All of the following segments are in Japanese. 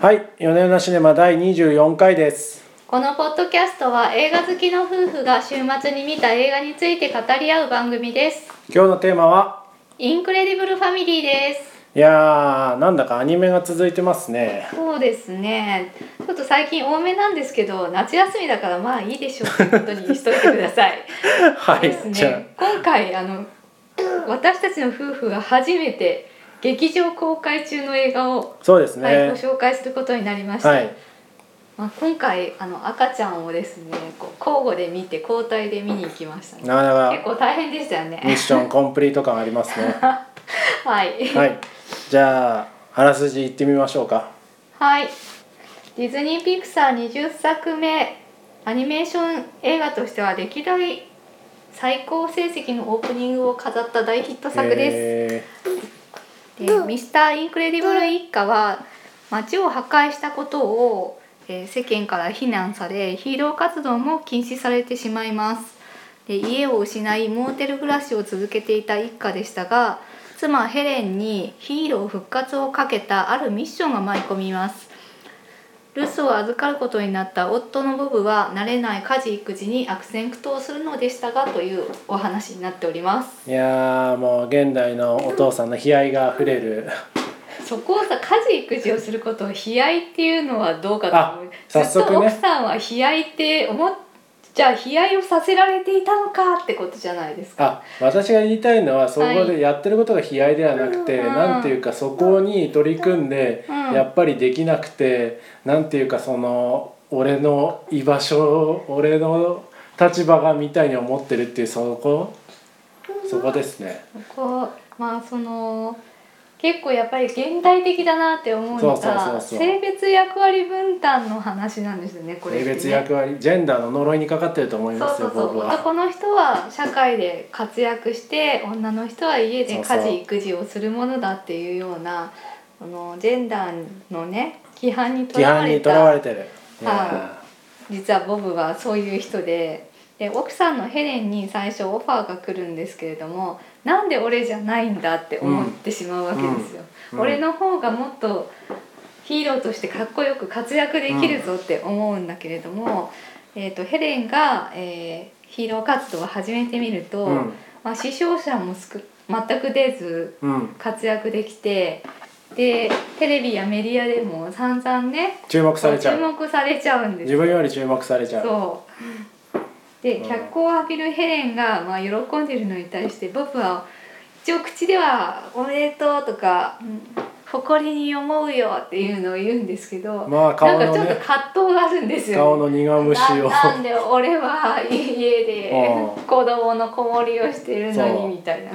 はい、米なシネマ第24回です。このポッドキャストは映画好きの夫婦が週末に見た映画について語り合う番組です今日のテーマは、インクレディブルファミリーですいやー、なんだかアニメが続いてます ね。そうですねちょっと最近多めなんですけど夏休みだからまあいいでしょうということにしといてくだ さいはですい、じゃね今回あの私たちの夫婦が初めて劇場公開中の映画をあ、そうですはい、ねご。紹介することになりました、はい、まあ、今回あの赤ちゃんをですねこう交互で見て交代で見に行きましたねなかな結か構大変でしたよねミッションコンプリート感あります ね。はい、、はいい、じゃあ、あらすじ行ってみましょうか。ディズニー・ピクサー20作目アニメーション映画としては歴代最高成績のオープニングを飾った大ヒット作です、えでミスター・インクレディブル一家は街を破壊したことを、えー世間から非難されヒーロー活動も禁止されてしまいますで家を失いモーテル暮らしを続けていた一家でしたが妻ヘレンにヒーロー復活をかけたあるミッションが舞い込みます留守を預かることになった夫のボブは慣れない家事育児に悪戦苦闘するのでしたがというお話になっておりますーいやー、もう現代のお父さんの悲哀が溢れる。そこをさ家事育児をすることを悲哀っていうのはどうかと思うあ早速ねずっと奥さんは悲哀って思っじゃあ悲哀をさせられていたのかってことじゃないですあか私が言いたいのはそこでやってることが悲哀ではなくて、うんなんていうかそこに取り組んで、うんやっぱりできなくてなんていうかその俺の居場所俺の立場がみたいに思ってるっていうそこそこですね。こうまあその結構やっぱり現代的だなって思うのがそうそうそうそう性別役割分担の話なんですよねこれっ性てね別役割ジェンダーの呪いにかかってると思いそまうすそようそう僕は。男の人は社会で活躍して女の人は家で家そうそう事育児をするものだっていうようなこのジェンダーのね規範にと規らわ範れにとらわれたてる。いはや実はボブはそういう人でで奥さんのヘレンに最初オファーが来るんですけれどもなんで俺じゃないんだって思ってしまうわけですよ。うんうん俺の方がもっとヒーローとしてかっこよく活躍できるぞって思うんだけれども、えー、とヘレンが、えーヒーロー活動を始めてみると、うんまあ、死傷者も少全く出ずーうん、活躍できてでテレビやメディアでも散々ね注目さ注れちゃう目されちゃうんです自分より注目されちゃう。そうでうん脚光を浴びるヘレンが、まあ、喜んでるのに対してボブは一応口では「おめでとう」とかうん「誇りに思うよ」っていうのを言うんですけど、まあ顔なんのかちょっとね葛藤があるんですよ、顔の苦虫をな。なんで俺は家 でうん子供の子守りをしてるそのうにみたいな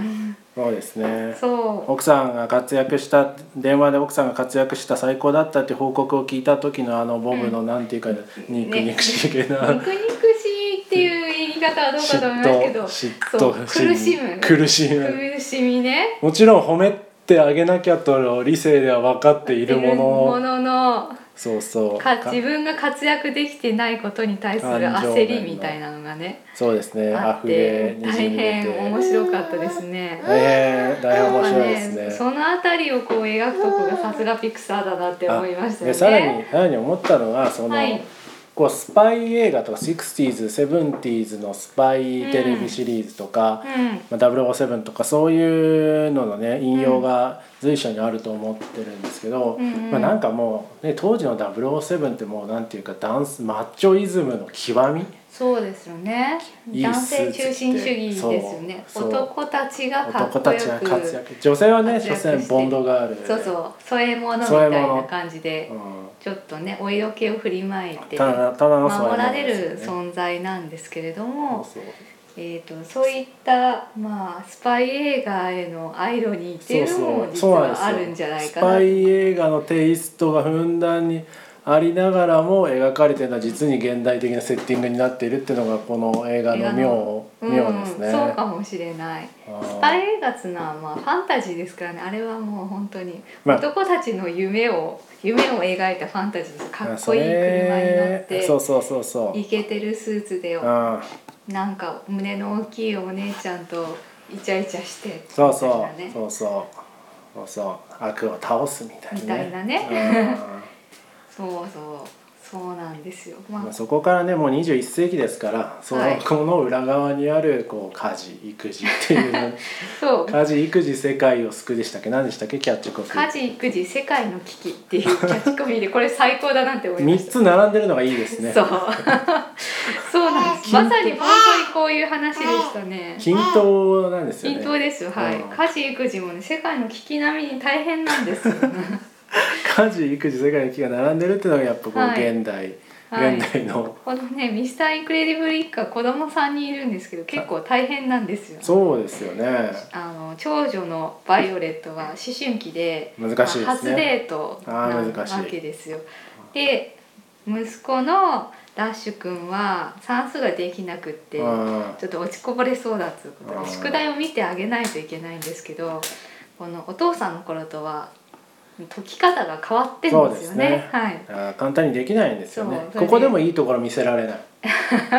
そうですね。そう奥さんが活躍した電話で奥さんが活躍した最高だったって報告を聞いた時のあのボブのなんていうか肉ね肉しげな、肉々しいっていう言い方はどうかと思いますけど嫉そう妬苦しむ苦しむ苦しみねもちろん褒めてあげなきゃと理性では分かっているものいるもののそうそうかか自分が活躍できてないことに対する感情面の焦りみたいなのがねそうですねああっふれてにじ大み変面出て白かったですね。大変大変面白いですやっぱね。そのあたりをこう描くとこがさすがピクサーだなって思いましたよね。でさらにさらに思ったのがその、はいこうスパイ映画とか 60s、70s のスパイテレビシリーズとか、うんまあ、007とかそういうののね引用が随所にあると思ってるんですけど、うんうんまあ、なんかもう、ね、当時の007ってもうなんていうかダンスマッチョイズムの極みそうですよね。いい男性中心主義ですよね。そうそう男たちがかっ男こたよちがく、活躍女性はね活所躍して詮ボンドガールでそうそう添え物み添たえい物な感じでう、んちょっとねお色気を振りまいてただただのそういうも守のられでるすよね存在なんですけれども、そうそうえー、とそういった、まあ、スパイ映画へのアイロニーっていうのも実そうなんですはよあるんじゃないかスなパとイ映画のテイストがふんだんにありながらも描かれてるのは実に現代的なセッティングになっているっていうのがこの映画の妙うん妙ですね。そうかもしれないあースパイ映画っつうのは、まあ、ファンタジーですからねあれはもう本当にまあ男たちの夢を夢を描いたファンタジーですかっそこいいれ車に乗ってそうそうそうそう。イケてるスーツでうん、なんか胸の大きいお姉ちゃんとイチャイチャしてみたいなねそうそうそうそうそうそう悪を倒すみたいなね。みたいなねうんそうそうそうなんですよまあ、まあ、そこからねもう21世紀ですからその、はいこの裏側にあるこう家事育児っていうの そう家事育児世界を救うでしたっけ何でしたっけキャッチコピ家ー事育児世界の危機っていうキャッチコピーでこれ最高だなって思いま3したつ並んでるのがいいですねそう そうなんですまさに本当にこういう話でしたね均等なんですよ均等ねですよはい、うん家事育児もね世界の危機並みに大変な んですよ家事育児世界の木が並んでるっていうのがやっぱこうはい現代、はい現代のこのねミスターインクレディブル一家子供3人いるんですけど結構大変なんですよそうですよねあの長女のバイオレットは思春期で難しいまあです初ねデートなあー難しいわけですよ。で息子のダッシュ君は算数ができなくってちょうんっと落ちこぼれそうだということあーで宿題を見てあげないといけないんですけどこのお父さんの頃とは解き方が変わってるんですよね。そうはい、あー簡単にできないんですよねそうそれこでこでもいいところ見せられな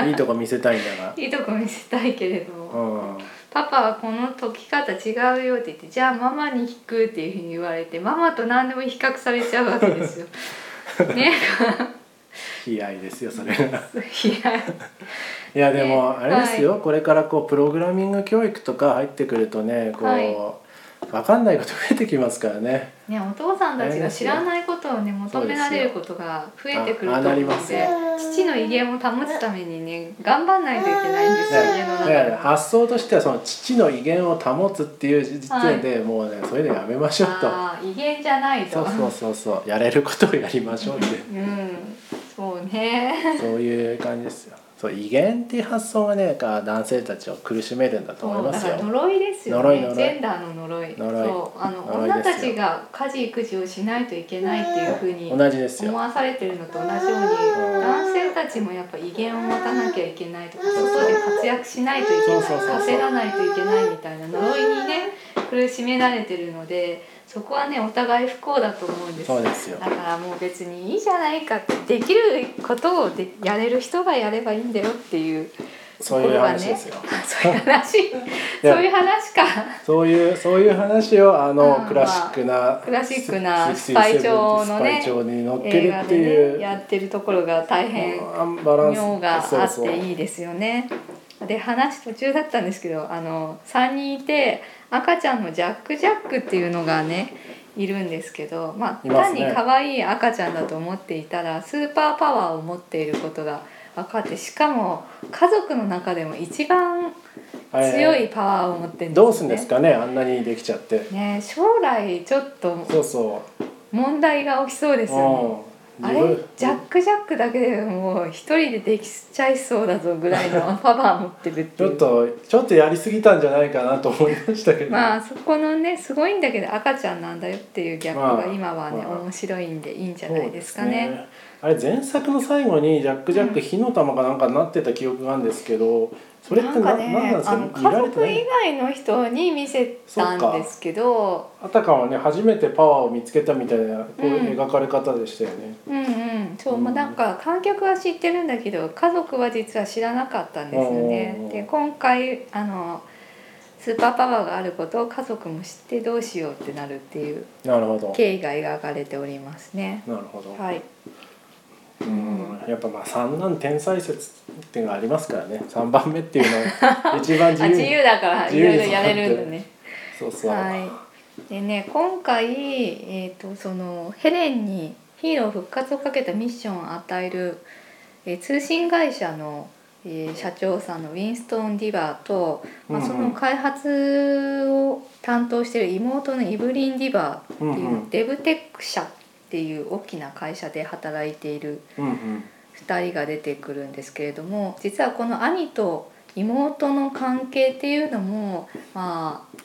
い いいとこ見せたいんだがいいとこ見せたいけれども、うんパパはこの解き方違うよって言ってじゃあママに引くっていうふうに言われてママと何でも比較されちゃうわけ ですよ。ね悲哀ですよそれがいやいやでもねあれですよ、これからこうプログラミング教育とか入ってくるとねこう、はい分かんないこと増えてきますからねね、お父さんたちが知らないことをね求められることが増えてくるとああ思なうりまのすでよ父の威厳を保つためにね頑張んないといけないんですよね家のだ中かでら。発想としてはその父の威厳を保つっていう時点で、もうねそういうのやめましょうとああ威厳じゃないそと。うそうそうそうやれることをやりましょうって うんそうね。そういう感じですよそう威厳っていう発想がねなんか男性たちを苦しめるんだと思いそうまだすからよ呪いですよね呪い呪いジェンダーの呪い呪いそうあの呪いですよ女たちが家事育児をしないといけないっていうふうに同じです思よわされてるのと同じようにうん男性たちもやっぱ威厳を持たなきゃいけないとかそう外で活躍しないといけないそうそうそうそう稼がないといけないみたいな呪いにね苦しめられてるのでそこはねお互い不幸だと思うんですそうですよだからもう別にいいじゃないかってできることをでやれる人がやればいいんだよっていうそういう話ですよそういう話やそういう話か。そういうそういう話をあの、うんクラシックなクラシックなススパイ調のねスパイ調に乗っけ映る画ってでいう、ねやってるところが大変あんバランス妙があっそうそうていいですよね。で話途中だったんですけどあの3人いて赤ちゃんのジャック・ジャックっていうのがねいるんですけど、まあ、います単ねに可愛い赤ちゃんだと思っていたらスーパーパワーを持っていることが分かってしかも家族の中でも一番あれ強いパワーを持ってるんですよね。どうすんですかねあんなにできちゃってね将来ちょっとそうそ問題が起きそうでうすよね。うんあ自分れジャック・ジャックだけでもう一人でできちゃいそうだぞぐらいの パワー持ってるってちいょっうとちょっとやりすぎたんじゃないかなと思いましたけど、まあそこのねすごいんだけど赤ちゃんなんだよっていうギャップが今はね、まあ面白いんでいいんじゃそうないですかね。あれ前作の最後にジャック・ジャックうん火の玉かなんかになってた記憶があるんですけどそれってななんかなんなんねですあかの見ら家れて族な以い外の人に見せたんですけどあたかもね初めてパワーを見つけたみたいなこういううん描かれ方でしたよね、うんうんそう、うんまあなんか観客は知ってるんだけど家族は実は知らなかったんですようんうんうねん。で今回あのスーパーパワーがあることを家族も知ってどうしようってなるっていうなるほど経緯が描かれておりますね。なるほど、はい、うんやっぱまあ三男天才説っていうのがありますからね三番目っていうのは一番自あ由 自由だから自い由ろにいろやれるんだね。そうそう、はい。でね今回えっ、とそのヘレンにヒーロー復活をかけたミッションを与える、えー通信会社の、えー社長さんのウィンストン・ディバーと、まあ、うんうんその開発を担当している妹のイブリン・ディバーっていう、うんうんデブテック社っていう大きな会社で働いているうんうん2人が出てくるんですけれども実はこの兄と妹の関係っていうのも、まあ、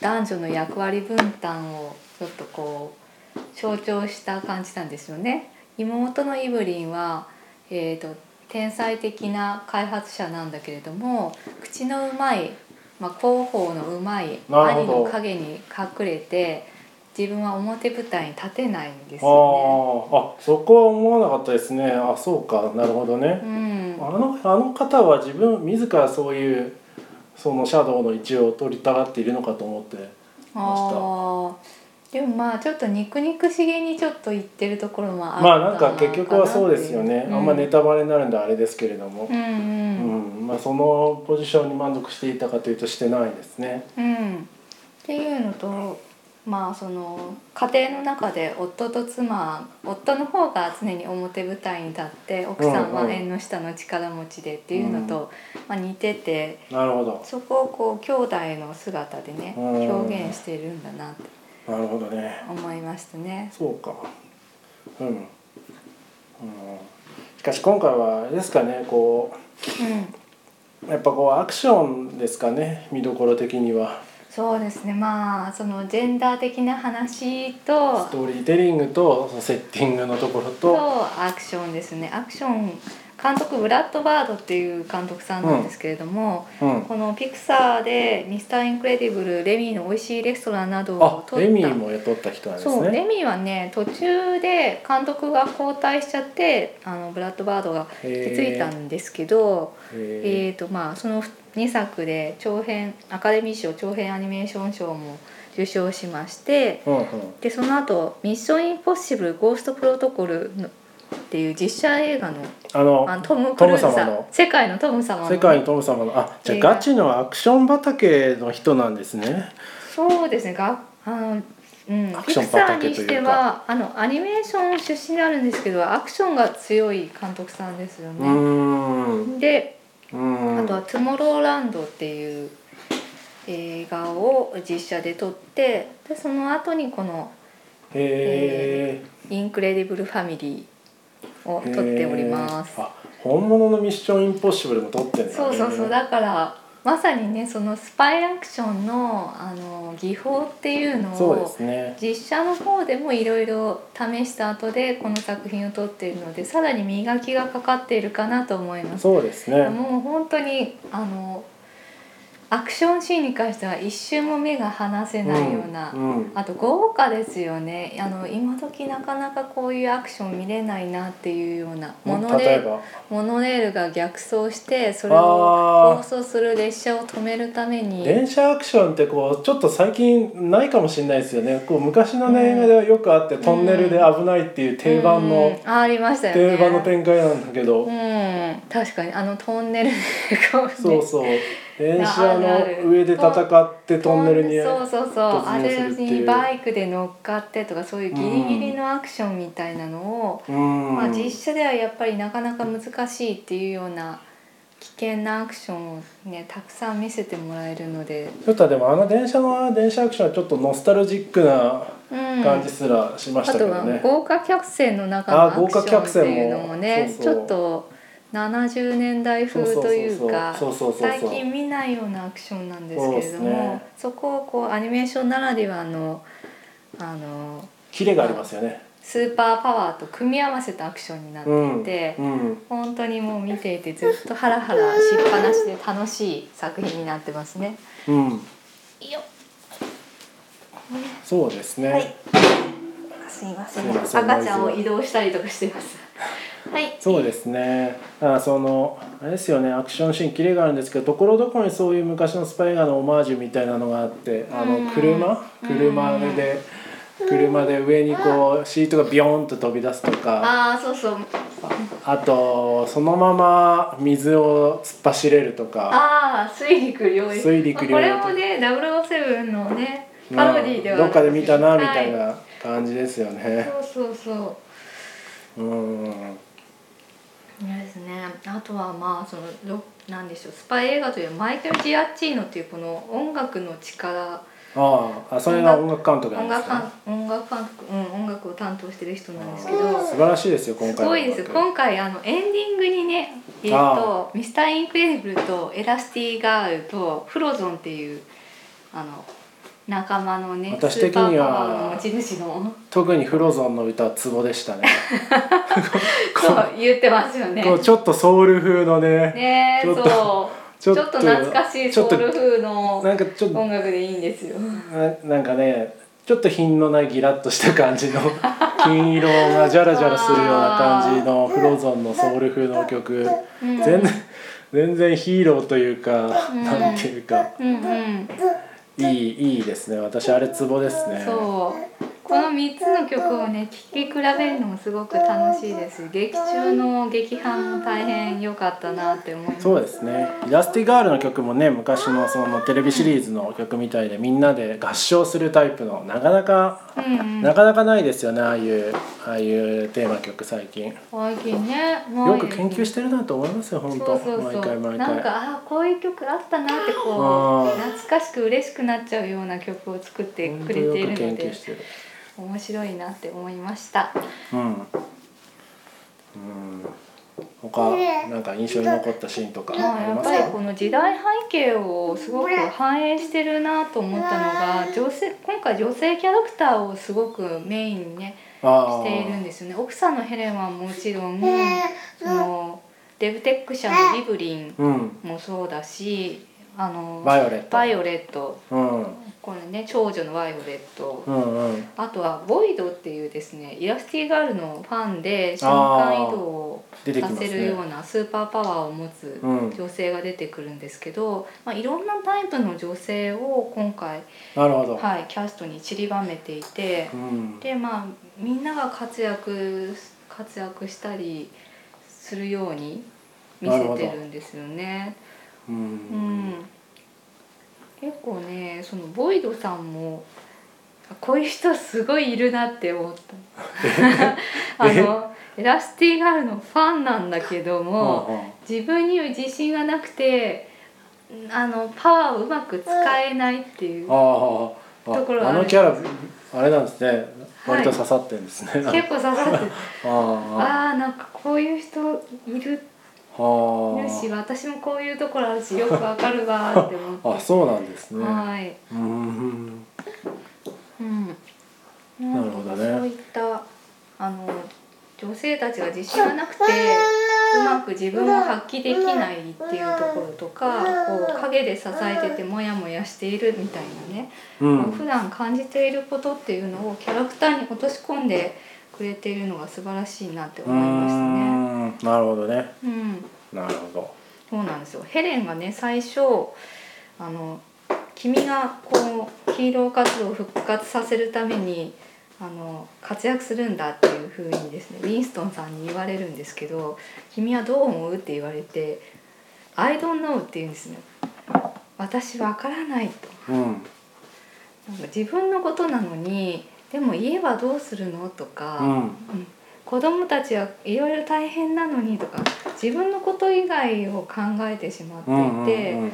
男女の役割分担をちょっとこう象徴した感じなんですよね。妹のイブリンは、えー、と天才的な開発者なんだけれども口のうまい、まあ、広報のうまいなる兄ほどの影に隠れて自分は表舞台に立てないんですあよーね。あそこは思わなかったですねあそうかなるほどねう、んあのあの方は自分自らそういうそのシャドウの位置を取りたがっているのかと思ってああでもまあちょっと肉肉しげにちょっと言ってるところもあったまあなんか結局はそうですよね、うんあんまネタバレになるんであれですけれどもう、んううん、んまあ、そのポジションに満足していたかというとしてないですね。うん、っていうのとまあその家庭の中で夫と妻夫の方が常に表舞台に立って奥さんうんはうん縁の下の力持ちでっていうのと、まあ、似ててなるほどそこをこう兄弟の姿でねうん表現してるんだなってなるほどね思いましたね。そうかうん、うん、しかし今回はあれですかねこうんうやっぱこうアクションですかね見どころ的にはそうですねまあそのジェンダー的な話とストーリーテリングとそのセッティングのところととアクションですねアクション監督ブラッドバードっていう監督さんなんですけれども、うんこのピクサーで「ミスターインクレディブル」「レミーの美味しいレストラン」などをあ撮ったレミーも雇った人なんでそすうねレミーはね途中で監督が交代しちゃってあのブラッドバードが気気づいたんですけど、えーとまあ、その2作で長編アカデミー賞長編アニメーション賞も受賞しまして。うんうんでその後ミッションインポッシブルゴーストプロトコル」のっていう実写映画のあのあのトム・クルーズトム様さんの世界のトム様の世界のトム様のあじゃあ映画ガチのアクション畑の人なんですねそうですねがあのうん、アクピシクョンサ畑ーというかにしてはあのアニメーション出身になるんですけどアクションが強い監督さんですようーね。んうでーんあとは「トゥモローランド」っていう映画を実写で撮ってでその後にこのへえ「インクレディブル・ファミリー」を撮っております。あ本物のミッションインポッシブルも撮ってるんだねそうそうそうだからまさにねそのスパイアクションのあの技法っていうのそうでをすね実写の方でもいろいろ試した後でこの作品を撮っているのでさらに磨きがかかっているかなと思います。そうですねもう本当にあのアクションシーンに関しては一瞬も目が離せないような、んうんあと豪華ですよねあの今時なかなかこういうアクション見れないなっていうようなもの例えでばモノレールが逆走してそれをあー暴走する列車を止めるために電車アクションってこうちょっと最近ないかもしれないですよねこう昔のね映画ではよくあって、トンネルで危ないっていう定番の、うんあありましたよ定ね番の展開なんだけど、うん確かにあのトンネルでこうねそうそう電あ車るあのる上で戦ってトンネルにそうそうそうあ突入すれるっていうにバイクで乗っかってとかそういうギリギリのアクションみたいなのを、うんまあ、実写ではやっぱりなかなか難しいっていうような危険なアクションをねたくさん見せてもらえるので、ちょっとでもあの電車の電車アクションはちょっとノスタルジックなうん、感じすらしましあたけとどはね、豪華客船の中あの豪アクシ華ョン客って船もいうのもねそうそうちょっと70年代そう風そうそうそうというかそうそうそうそう最近見ないようなアクションなんですそけれどうですねもそこをこうアニメーションならではのあのキレがありますよねスーパーパワーと組み合わせたアクションになってうん、いてうん、本当にもう見ていてずっとハラハラしっぱなしで楽しい作品になってますね。うん、いよそうですね、はいすいませんすいません赤ちゃんを移動したりとかしてます。はいそうですねあそのあれですよねアクションシーンキレがあるんですけどところどころにそういう昔のスパイ映画のオマージュみたいなのがあってあうんの車車で車で上にこうシートがビヨーンと飛び出すとかああそうそうあとそのまま水を突っ走れるとかああ水陸両用水陸両用これもね007のねまパあロディではどっかで見たなみたいはな感じですよね。そうそうそううんいやですねあとはまあそのロなんでしょうスパイ映画というマイケル・ジアッチーノっていうこの音楽の力ああそれが音楽監督なん音です楽ねか音楽監督うん音楽を担当してる人なんですけど素晴らしいですよ今す回のごいですよ今回あのエンディングにねえっ、と「ミスターインクレディブル」と「エラスティガール」と「フロゾン」っていうあの仲間のね私スー的パにーパはワーの持ち主の特にフロゾンの歌はツボでした ね。そう言ってますよねこうちょっとソウル風のねねえちょっとそうちちょょっっとと懐かしいソウル風のなんかちょっと音楽でいいんですよななんかねちょっと品のないギラッとした感じ の金色がジャラジャラするような感じのフロゾンのソウル風の曲うん全然全然ヒーローというか、うんなんていうかうんうんいいいいいですね私あれツボですねそうこの3つの曲をね聴き比べるのもすごく楽しいです劇中の劇伴も大変良かったなって思いますそうですねイラスティガールの曲もね昔のそのテレビシリーズの曲みたいでみんなで合唱するタイプのなかなか、うんうんなかなかないですよねああいうああいうテーマ曲最近最近ねよく研究しててるなと思いますよ本当そうそうそう毎回毎なん回かあこういう曲あったなってあこうー懐かしく嬉しくなっちゃうような曲を作って本く当れてよいるく研究のでしてる面白いなって思いましたうんうん他なんか印象に残ったシーンとかまあありやっますぱかりこの時代背景をすごく反映してるなと思ったのが女性今回女性キャラクターをすごくメインにねあしているんですよね奥さんのヘレンはもちろんそのデブテック社のイブリンーうんもそうだしあのバイオレットバイオレットうんこれね長女のバイオレット、うんうんあとはボイドっていうですねイラスティガールのファンで瞬間移動を出てきさますせるねようなスーパーパワーを持つうん女性が出てくるんですけど、まあ、いろんなタイプの女性を今回、なるほど、はい、キャストに散りばめていてうんでまあみんなが活躍活躍したりするように見せてるんですよね。ううんん、結構ねそのボイドさんもこういう人すごいいるなって思った あのエラスティガールのファンなんだけども、自分には自信がなくてあのパワーをうまく使えないっていうあああところはああるのキャラあれなんですね、はい割と刺さってるんですね結構刺さって ああああなんかこういう人いるいるしあ私もこういうところあるしよくわかるわーって思ってああそうなんですねはい、うんうん、なるほどねそういったあの女性たちが自信がなくてうまく自分を発揮できないっていうところとかこう陰で支えててモヤモヤしているみたいなねうん普段感じていることっていうのをキャラクターに落とし込んでくれているのが素晴らしいなって思いましたね。うんなるほどねうん、なるほどそうなんですよ。ヘレンがね最初あの君がこうヒーロー活動を復活させるためにあの活躍するんだっていう風にですねウィンストンさんに言われるんですけど「君はどう思う?」って言われて「I don't know」って言うんですね。私わからないとうんなんか自分のことなのにでも家はどうするのとか、うんうん子供たちはいろいろ大変なのにとか自分のこと以外を考えてしまってういんうんて、うん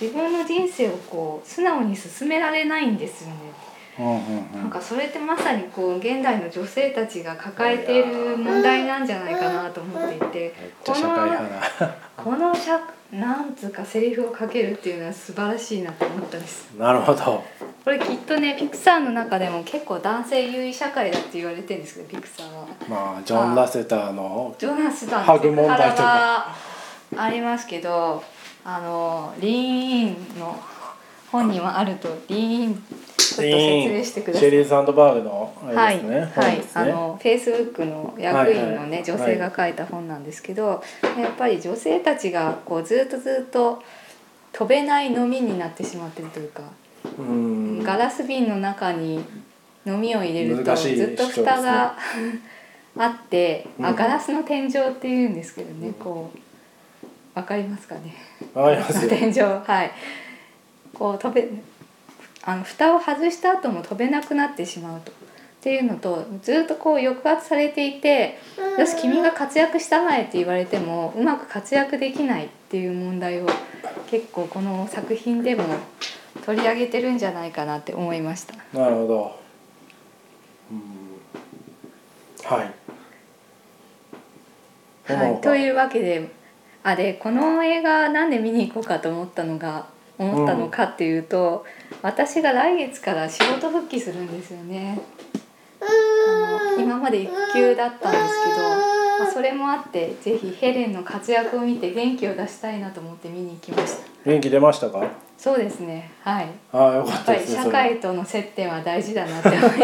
自分の人生をこう素直に進められないんですよね、うんうんうなんんかそれってまさにこう現代の女性たちが抱えている問題なんじゃないかなと思っていてめっちゃ社会派だこのしゃなんつうかセリフをかけるっていうのは素晴らしいなと思ったんですなるほどこれきっとねピクサーの中でも結構男性優位社会だって言われてるんですけどピクサーは。まあジョン・ラセターのジョナスさんハグ問題とかありますけどあのリーンの本にはあるとリーンちょっと説明してくださシェい。リーズ・アンドバーグのあはれい、ですね、は本い、ですあねのフェイスブックの役員のはいね、はい女性が書いた本なんですけど、やっぱり女性たちがこうずっとずっと飛べない飲みになってしまってるというか、うんガラス瓶の中に飲みを入れると難しいずっと蓋が、あって、うあんガラスの天井っていうんですけどね、こうわかりますかねわかりますよ天井はいこう飛べあの蓋を外した後も飛べなくなってしまうと。っていうのとずっとこう抑圧されていて「よし君が活躍したまえ」って言われてもうまく活躍できないっていう問題を結構この作品でも取り上げてるんじゃないかなって思いました。なるほど。うん、はい。はい、とう。いうわけであでこの映画なんで見に行こうかと思ったのが思ったのかっていうと、私が来月から仕事復帰するんですよね。あの今まで育休だったんですけど、まあ、それもあってぜひヘレンの活躍を見て元気を出したいなと思って見に行きました。元気出ましたか。そうですねはいああ、よかやっったぱでりすね。社会との接点は大事だなって思いま し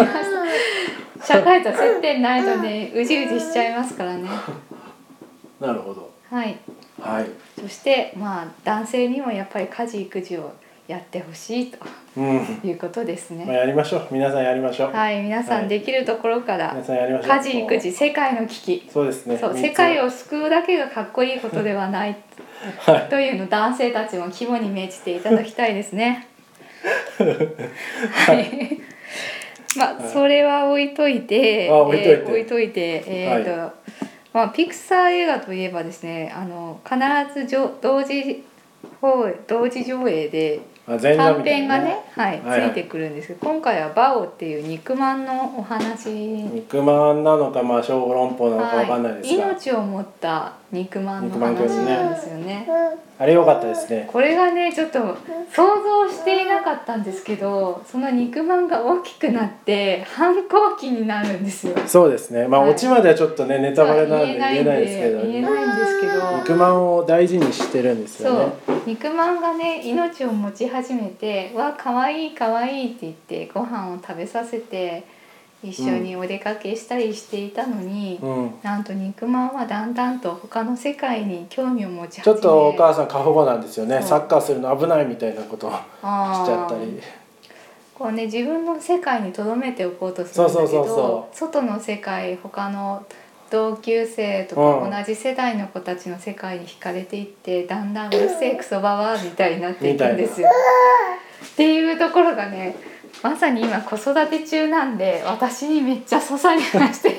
た。社会と接点ないとねうじうじしちゃいますからそね。れはなるほど。はいはい。そしてまあ男性にもやっぱり家事育児をやってほしいとうん、いうことですまあ、ね。やりましょう皆さんやりましょう、はい、皆さんできるところから、皆さんやりましょう家事育児世界の危機そうですねそう三つ世界を救うだけがかっこいいことではないはいというのを男性たちも肝に銘じていただきたいです ね。はい。まあそれは置いといて、あ置いといてえー置いといて、えっ、と、まあピクサー映画といえばですね、あの必ずじょ同時放映同時上映であ前座短みたい編がなね、はい、はいはいついてくるんですけど、今回はバオっていう肉まんのお話肉まんなのかまあ小籠包なのかわかんないはでい、すが、命を持った肉まんの肉ま話んですねなんですよね。あれ良かったですねこれがねちょっと想像していなかったんですけどその肉まんが大きくなって反抗期になるんですよ。そうですねまあ、はいオチまではちょっとねネタバレなんで言えないですけど言えないんですけど肉まんを大事にしてるんですよそうね肉まんがね命を持ち始めて「わ可愛い可愛いって言ってご飯を食べさせて一緒にお出かけしたりしていたのに、うんなんと肉まんはだんだんと他の世界に興味を持ち始ちめょっとお母さん過保護なんですよねそうサッカーするの危ないみたいなことをしあーちゃったりこうね自分の世界にとどめておこうとするんだけそどうそうそうそ外の世界他の同級生とうかん同じ世代の子たちの世界に惹かれていって、だんだんうるせえクソババアみたいになっていくんですよ。っていうところがねまさに今子育て中なんで私にめっちゃ刺さりましてこ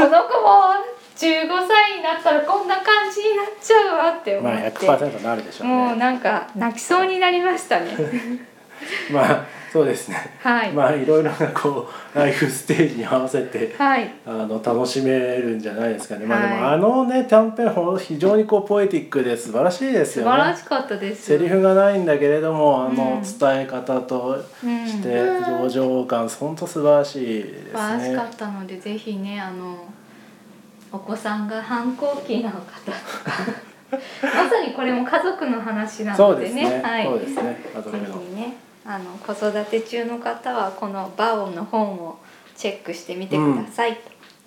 の子も15歳になったらこんな感じになっちゃうわって思まあって、 100%なるでしょうもうねなんか泣きそうになりました ね。まあそうですねはい、まあいろいろなこうライフステージに合わせてはいあの楽しめるんじゃないですかねまあでもはいあのね短編本非常にこうポエティックで素晴らしいです素よ晴らねしかったですセリフがないんだけれどもあうんの伝え方とうんし素て情情感本当素晴らしいですね晴らしかったのでぜひねあのお子さんが反抗期 の方とかまさにこれも家族の話なそのうでですねねはいそうですね家族ぜのひねあの子育て中の方はこのバオの本をチェックしてみてください、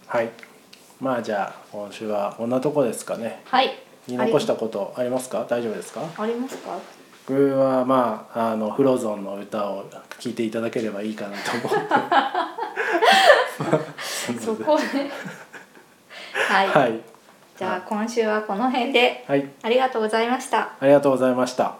はい。まあじゃあ今週はこんなとこですかね。はい言い残したことありますか？大丈夫ですか？ありますか僕はまああのフロゾンの歌を聞いていただければいいかなと思って。そこね はい、はい。じゃあ今週はこの辺ではい。ありがとうございましたありがとうございました。